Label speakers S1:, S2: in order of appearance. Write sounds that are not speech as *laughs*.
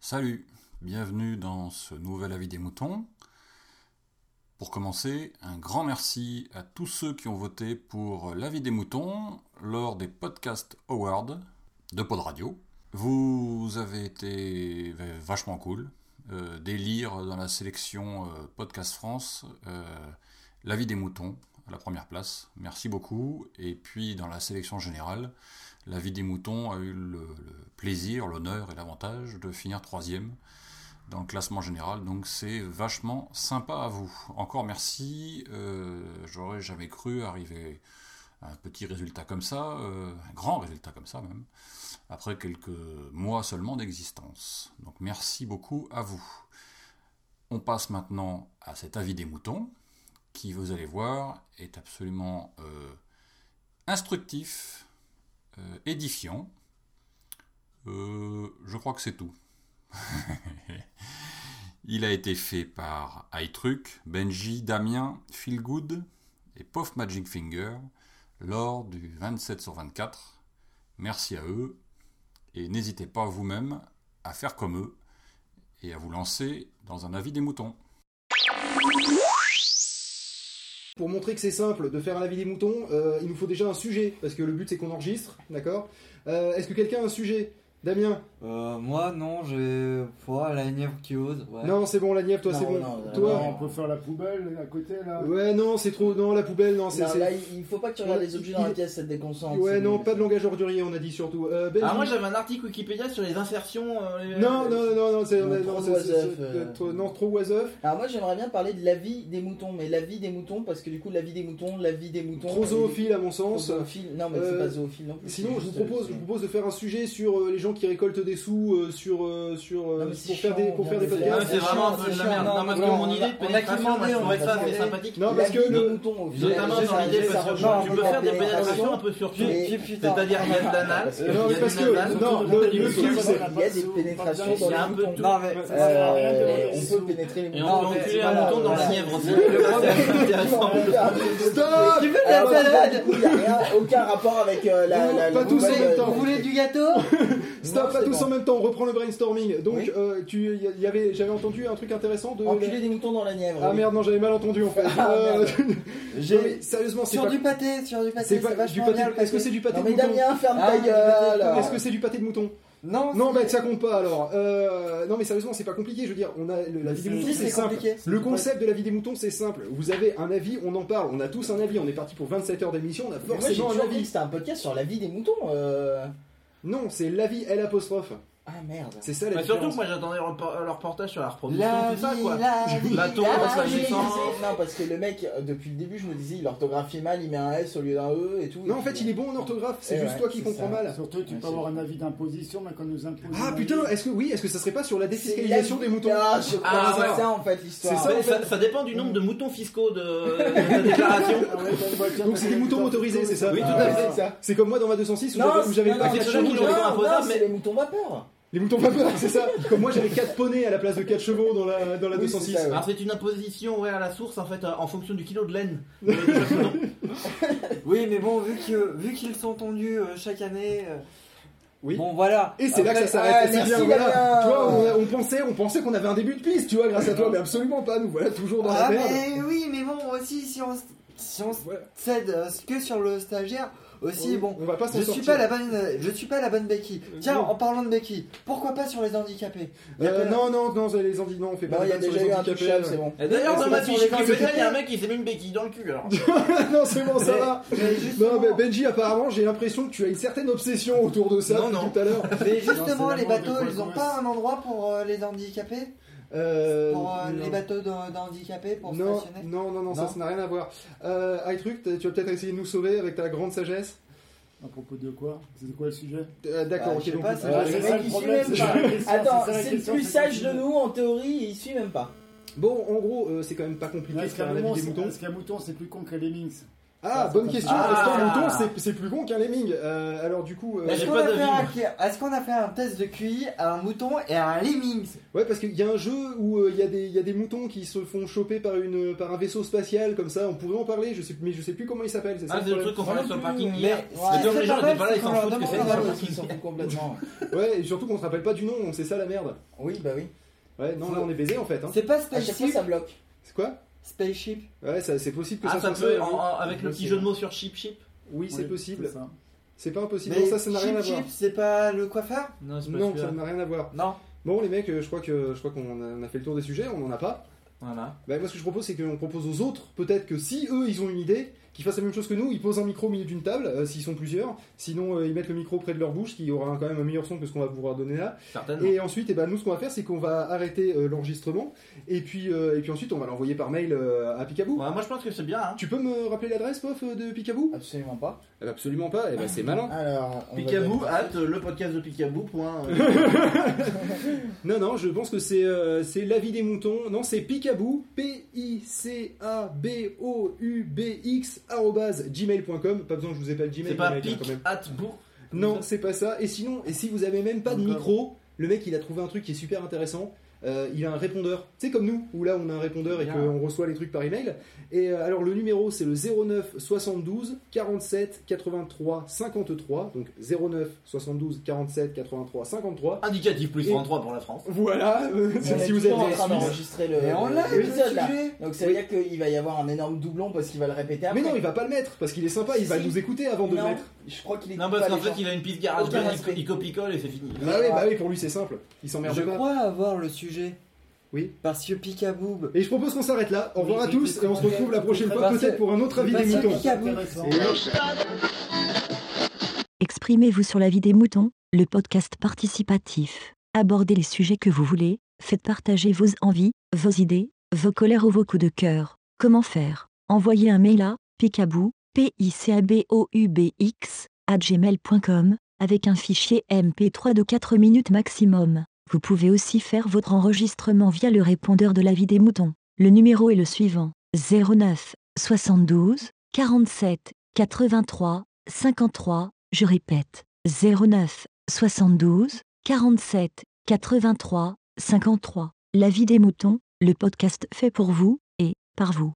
S1: Salut, bienvenue dans ce nouvel avis des moutons. Pour commencer, un grand merci à tous ceux qui ont voté pour l'avis des moutons lors des podcasts Awards de Pod Radio. Vous avez été vachement cool. Euh, délire dans la sélection euh, Podcast France, euh, l'avis des moutons à la première place. Merci beaucoup. Et puis dans la sélection générale, l'avis des moutons a eu le, le plaisir, l'honneur et l'avantage de finir troisième dans le classement général. Donc c'est vachement sympa à vous. Encore merci. Euh, J'aurais jamais cru arriver à un petit résultat comme ça, euh, un grand résultat comme ça même, après quelques mois seulement d'existence. Donc merci beaucoup à vous. On passe maintenant à cet avis des moutons, qui vous allez voir est absolument euh, instructif, Euh, édifiant. Euh, je crois que c'est tout. *laughs* Il a été fait par iTruc, Benji, Damien, Feelgood et Puff Magic Finger lors du 27 sur 24. Merci à eux et n'hésitez pas vous-même à faire comme eux et à vous lancer dans un avis des moutons.
S2: Pour montrer que c'est simple de faire un avis des moutons, euh, il nous faut déjà un sujet parce que le but c'est qu'on enregistre, d'accord Euh, Est-ce que quelqu'un a un sujet Damien
S3: Euh, moi, non, j'ai. Pouah, la nièvre qui ose. Ouais.
S2: Non, c'est bon, la nièvre, toi,
S4: Non,
S2: c'est bon.
S4: non, non,
S2: toi
S4: non.
S5: on peut faire la poubelle à côté là.
S2: Ouais, non, c'est trop. Non, la poubelle, non, c'est.
S4: Non,
S2: c'est-
S4: là, il il faut pas que tu regardes les objets dans la pièce, ça te déconcentre.
S2: Ouais,
S4: c'est
S2: non,
S4: nul.
S2: pas de langage ordurier, on a dit surtout. Euh, Benji.
S6: Ah, moi j'avais un article Wikipédia sur les insertions. euh, les-
S2: Non, non, non, non, non, c'est.
S4: Non,
S2: Non,
S4: trop
S2: c'est-
S4: oiseuf,
S2: c'est-
S4: euh.
S2: trop- non, trop oiseuf.
S4: Alors, moi j'aimerais bien parler de la vie des moutons, mais la vie des moutons, parce que du coup, la vie des moutons, la vie des moutons.
S2: Trop zoophile, à mon
S4: Trop
S2: sens.
S4: zoophile. Non, mais
S2: Euh,
S4: c'est pas zoophile non plus.
S2: Sinon,
S4: c'est
S2: je vous
S4: juste, euh,
S2: propose,
S4: c'est-
S2: je vous propose de faire un sujet sur euh, les gens qui récoltent des sous euh, sur euh, sur euh,
S4: Non, mais c'est
S2: pour faire des
S4: chiant,
S2: pour faire des
S4: on vient de
S6: Ouais,
S2: podcasts.
S6: c'est
S4: C'est
S6: vraiment un
S4: chiant,
S6: peu
S4: c'est
S6: de la merde.
S4: chiant.
S6: Non, parce que
S4: Non,
S6: mon
S4: on a-
S6: idée
S4: on
S6: de
S4: a
S6: pénétration,
S4: commandé,
S6: moi je
S4: on
S6: trouvais
S4: va
S6: ça
S4: commander.
S6: assez sympathique.
S2: Non,
S4: La
S2: parce
S4: vie
S2: que
S4: des
S2: le-
S4: moutons, au final,
S6: Notamment
S4: c'est
S6: dans
S4: ça,
S6: l'idée,
S4: ça
S6: parce
S4: rejoint
S6: que tu peux
S4: la
S6: faire des
S4: pénétration.
S6: pénétrations un peu sur tout.
S4: Mais- putain,
S6: C'est-à-dire qu'il y a de l'anal,
S4: parce que-
S6: il y
S2: Non, mais
S6: a
S2: parce
S6: de
S2: que-
S6: l'anal,
S2: non, le-
S6: il y a
S2: le
S6: du
S2: truc,
S6: sexe,
S2: c'est-
S4: Il y a des pénétrations
S6: il y a
S4: dans
S6: un
S4: les
S6: peu de
S4: moutons.
S6: tout.
S3: Non, mais.
S4: Euh,
S5: Ça sert à rien de
S4: on
S5: demander.
S4: peut pénétrer les
S6: Et
S4: moutons.
S6: on peut
S3: Non, mais
S6: enculer un
S3: voilà,
S6: mouton dans la
S3: voilà.
S6: nièvre aussi.
S3: Le problème-
S6: *laughs* C'est intéressant.
S2: Stop
S3: Tu veux de la
S4: Alors,
S3: salade
S4: du coup, il n'y a rien, aucun rapport avec euh, la,
S2: Non,
S4: la-
S2: pas
S4: la-
S2: tous en
S4: la-
S2: même
S4: la-
S2: temps.
S3: Vous voulez du gâteau
S2: Stop,
S4: Non,
S2: pas
S4: c'est
S2: tous
S4: bon.
S2: en même temps, on reprend le brainstorming. Donc,
S4: Oui.
S2: euh, tu, y y avait, j'avais entendu un truc intéressant de.
S4: Enculer des moutons dans la Nièvre.
S2: Ah
S4: oui.
S2: merde, non, j'avais mal entendu en fait.
S4: *laughs* Ah,
S2: Euh,
S4: merde.
S2: non, mais sérieusement, c'est
S3: Sur
S2: pas.
S3: du pâté, sur du pâté,
S2: C'est
S3: c'est
S2: pas du
S3: vachement
S2: pâté.
S3: bien le
S2: Est-ce que
S3: pâté.
S2: c'est du pâté
S4: Non,
S2: de
S4: mais
S2: mouton
S4: Damien, ferme
S3: Ah,
S4: ta
S3: mais
S4: gueule.
S2: Est-ce que c'est du pâté de mouton
S3: Non,
S2: Non, mais ça compte pas alors. Euh, non, mais sérieusement, c'est pas compliqué. Je veux dire, on a le- la vie des
S3: Si,
S2: moutons,
S3: c'est
S2: c'est simple.
S3: compliqué.
S2: Le concept de la vie des moutons, c'est simple. Vous avez un avis, on en parle. On a tous un avis. On est parti pour 27 heures d'émission, on a
S4: Mais Moi, j'ai
S2: forcément un
S4: toujours dit que
S2: avis.
S4: c'était un podcast sur la vie des moutons. euh.
S2: Non, c'est l'avis L apostrophe.
S4: Ah merde.
S2: C'est ça la
S6: Mais Bah, Surtout que
S2: différence.
S6: moi j'attendais leur por- leur reportage sur la reproduction,
S3: La
S6: tout ça
S3: vie,
S6: quoi.
S2: *laughs*
S3: la vie,
S6: La tour,
S3: la
S6: ça,
S3: vie.
S6: j'ai sens.
S4: Non, parce que le mec, euh, depuis le début, je me disais, il orthographie mal, il met un S au lieu d'un E et tout.
S2: Non, en fait, il est bon en orthographe. C'est
S4: Eh
S2: juste
S4: ouais,
S2: toi qui
S4: c'est
S2: comprends
S4: ça.
S2: mal.
S5: Surtout, tu
S4: Ouais,
S5: peux
S4: c'est
S5: avoir
S4: vrai.
S5: un avis d'imposition, mais qu'on nous impose.
S2: Ah
S5: un
S2: putain,
S5: avis.
S2: est-ce que oui, est-ce que ça serait pas sur la
S4: C'est
S2: défiscalisation
S4: la-
S2: des moutons
S4: Ah, je crois
S6: Ah,
S4: que
S6: ouais.
S4: c'est ça en fait l'histoire.
S2: C'est
S6: Mais Ça, ça dépend du nombre de moutons fiscaux de, de ta déclaration.
S5: Ah ouais, t'as une voiture,
S2: Donc
S5: t'as
S2: c'est des
S5: une
S2: moutons
S5: voiture,
S2: motorisés, c'est ça
S6: Oui, tout
S2: Ah,
S4: Ouais,
S5: à fait.
S4: c'est ça.
S2: C'est comme moi dans ma 206 où j'avais- où j'avais
S4: non,
S2: le paquet
S4: non,
S2: de
S6: c'est
S4: non,
S6: ceux qui
S2: chevaux.
S6: l'ont fait
S4: non,
S6: imposable,
S4: non,
S6: mais-
S4: c'est les moutons vapeurs.
S2: Les moutons pas *laughs* peur, c'est ça Comme moi j'avais 4 poneys à la place de 4 chevaux dans la, dans la
S4: Oui,
S2: 206.
S4: c'est ça, ouais.
S6: Alors c'est une imposition ouais, à la source en fait euh, en fonction du kilo de laine.
S3: Oui, mais bon, vu que vu qu'ils sont tendus euh, chaque année. euh,
S2: Oui.
S3: Bon, voilà.
S2: Et c'est là que ça
S3: Après-
S2: s'arrête,
S4: ah,
S2: et c'est
S4: merci,
S2: bien, voilà.
S4: Damien.
S2: Tu vois, on, a- on pensait, on pensait qu'on avait un début de piste, tu vois, grâce à toi, mais absolument pas, nous voilà toujours dans
S3: Ah,
S2: la merde.
S3: mais oui, mais bon, aussi, si on, s- si on
S2: Voilà.
S3: cède euh, que sur le stagiaire, aussi,
S2: on,
S3: bon.
S2: on va pas s'en
S3: Je
S2: sortir.
S3: suis pas la bonne, euh, je suis pas la bonne Becky. Tiens,
S2: non.
S3: en parlant de Becky, pourquoi pas sur les handicapés
S2: Euh, non, non, non, les Andes, non, on fait
S4: Non,
S2: pas
S4: Bah, il y a
S2: de blagues sur
S4: déjà eu
S2: les
S4: un
S2: handicapés.
S4: touchable, c'est bon.
S6: Et D'ailleurs
S4: Mais
S6: dans
S4: c'est
S6: ma
S4: pas
S6: fiche
S4: sur les
S6: Wikipédia, il y a
S4: Wikipédia.
S6: un mec qui s'est mis une béquille dans le cul alors.
S2: *laughs* non, c'est bon, ça
S3: Mais-
S2: va.
S3: mais
S2: Non,
S3: justement,
S2: mais Benji, apparemment, j'ai l'impression que tu as une certaine obsession autour de ça
S6: Non,
S2: depuis
S6: non.
S2: tout à
S3: *laughs*
S2: l'heure.
S3: mais
S5: Non,
S3: justement,
S5: c'est
S3: les
S5: vraiment
S3: bateaux,
S5: des
S3: ils ont
S5: problèmes.
S3: pas un endroit pour euh, les handicapés,
S2: Euh,
S3: pour euh,
S2: non.
S3: les bateaux d'han- d'handicapés pour
S2: non,
S3: stationner.
S2: non, non, non, ça,
S3: Non.
S2: ça n'a rien à voir. Euh, iTruc, t'as- tu vas peut-être essayer de nous sauver avec ta grande sagesse.
S5: À propos de quoi C'est quoi le sujet
S2: Euh, D'accord,
S3: Bah,
S2: ok,
S3: je sais
S2: donc.
S3: pas,
S2: euh,
S3: ça va,
S5: c'est
S4: Le
S5: ça le
S4: mec, il suit
S5: problème,
S4: même
S5: c'est ça
S4: pas.
S5: la question,
S4: Attends,
S5: c'est ça la
S4: c'est le
S5: question,
S4: plus
S5: c'est ça
S4: sage
S5: le
S4: de nous en théorie, il suit même pas.
S2: bon, en gros, euh, c'est quand même pas compliqué de
S5: Est-ce qu'à
S2: faire
S5: un
S2: la
S5: moment,
S2: vie des moutons.
S5: c'est- est-ce qu'à mouton, c'est plus con que les Lemmings
S2: Ah,
S5: c'est
S2: bonne
S5: pas-
S2: question.
S6: Ah.
S2: Est-ce qu'un mouton, c'est- c'est plus con qu'un lemming Euh, Alors du coup... euh,
S6: Là,
S3: Est-ce
S6: j'ai
S3: qu'on
S6: pas
S3: a, fait un
S6: d'avis.
S3: qui- est-ce qu'on a fait un test de QI à un mouton et à un lemmings
S2: Ouais, parce qu'il y a un jeu où euh, il y, a des- il y a des moutons qui se font choper par, une, par un vaisseau spatial, comme ça, on pourrait en parler, je sais, mais je sais plus comment il s'appelle, c'est ça
S6: Ah,
S2: le
S6: c'est
S2: problème.
S6: le truc qu'on parlait sur le parking
S3: Mais
S6: hier.
S3: ce qui
S6: Et comme
S3: serait
S6: les gens
S3: pas
S6: étaient pas là,
S3: mal,
S6: ils s'en
S3: c'est qu'on
S6: foutent
S3: leur
S6: que
S3: demande
S6: c'est sur
S3: un
S6: le
S4: Ils
S6: parking.
S4: sont fous complètement.
S2: Ouais, et surtout qu'on se rappelle pas du nom, donc c'est ça la merde.
S4: Oui, bah oui.
S2: Ouais, non, là on est baisé en fait. Hein.
S3: C'est pas
S4: À chaque fois,
S3: Spaceship
S4: ça bloque.
S2: C'est quoi
S3: Spaceship
S2: Ouais, ça- c'est possible que
S6: Ah,
S2: ça,
S6: ça
S2: soit ça.
S6: peut, en-
S2: oui.
S6: en- avec le
S4: Oui,
S6: petit
S4: c'est
S6: jeu de
S4: vrai.
S6: mots sur chip chip
S2: Oui, c'est
S5: Oui,
S2: possible.
S5: c'est ça.
S2: C'est pas impossible. Non, ça, ça n'a rien à
S3: Chip
S2: voir.
S3: Chip, c'est pas le coiffeur
S6: Non, c'est pas
S2: Non, ça n'a
S6: celui-là.
S2: rien à voir.
S3: Non.
S2: Bon, les mecs, euh, je crois que je crois qu'on a, on a fait le tour des sujets, on en a pas.
S6: Voilà.
S2: Bah, moi, ce que je propose, c'est qu'on propose aux autres, peut-être que si eux, ils ont une idée, qu'ils fassent la même chose que nous, ils posent un micro au milieu d'une table, euh, s'ils sont plusieurs. Sinon, euh, ils mettent le micro près de leur bouche, qui aura un- quand même un meilleur son que ce qu'on va pouvoir donner là.
S6: Certainement.
S2: Et ensuite, eh ben, nous, ce qu'on va faire, c'est qu'on va arrêter euh, l'enregistrement, et puis euh, et puis ensuite, on va l'envoyer par mail euh, à Picaboo.
S6: Ouais, moi, je pense que c'est bien. hein.
S2: Tu peux me rappeler l'adresse, pof, euh, de Picaboo
S4: Absolument pas.
S2: Eh ben, Absolument pas. Eh ben, c'est malin.
S4: Alors, on va
S6: Picaboo,
S4: donner-
S6: hâte, le podcast de Picaboo. Point.
S2: Non, non, je pense que c'est euh, c'est l'avis des moutons. Non, c'est picaboo, P-I-C-A-B-O-U-B-X, arrobase gmail.com. Pas besoin que je vous épelle Gmail.
S6: C'est pas
S2: les mecs, hein,
S6: pic,
S2: quand même.
S6: hâte, bou.
S2: Non, c'est pas ça. Et sinon, et si vous avez même pas de
S6: Encore.
S2: micro, le mec il a trouvé un truc qui est super intéressant. Euh, il a un répondeur, c'est comme nous, où là on a un répondeur et
S6: Bien.
S2: qu'on reçoit les trucs par email. Et euh, alors le numéro c'est le 09 72 47 83 53, donc 09 72 47 83 53.
S6: Indicatif plus 33 pour la France.
S2: Voilà, euh,
S4: On est
S2: *laughs* si vous
S4: toujours
S2: êtes en
S4: en train
S2: Suisse.
S4: d'enregistrer le
S3: Et on l'a, le
S4: Euh, l'épisode là.
S3: sujet
S4: Donc ça veut dire qu'il va y avoir un énorme doublon parce qu'il va le répéter après.
S2: Mais non, il va pas le mettre parce qu'il est sympa, il va
S4: Si.
S2: nous écouter avant de le
S4: Non,
S2: mettre.
S4: Je crois qu'il est
S6: Non, parce
S4: pas
S6: qu'en
S4: les
S6: fait,
S4: gens.
S6: il a une piste garage,
S4: Aucun
S6: il-
S4: respect.
S6: il copie-colle et c'est fini.
S2: Bah oui, bah oui, pour lui c'est simple, il
S3: Je
S2: s'emmerde pas.
S3: crois avoir le sujet.
S2: Oui.
S3: Parce que Picaboo.
S2: Et je propose qu'on s'arrête là. Au revoir
S5: Oui,
S2: à tous et on se
S5: c'est-
S2: retrouve la prochaine fois
S3: Parce-
S2: peut-être pour un autre avis des
S3: parce que
S2: moutons.
S3: Picaboo,
S5: Bah, Intéressant.
S7: Exprimez-vous sur la vie des moutons, le podcast participatif. Abordez les sujets que vous voulez, faites partager vos envies, vos idées, vos colères ou vos coups de cœur. Comment faire Envoyez un mail à picaboo, p i c a b o u b x à gmail.com avec un fichier MP3 de 4 minutes maximum. Vous pouvez aussi faire votre enregistrement via le répondeur de la vie des moutons. Le numéro est le suivant 09 72 47 83 53, je répète, 09 72 47 83 53. La vie des moutons, le podcast fait pour vous et par vous.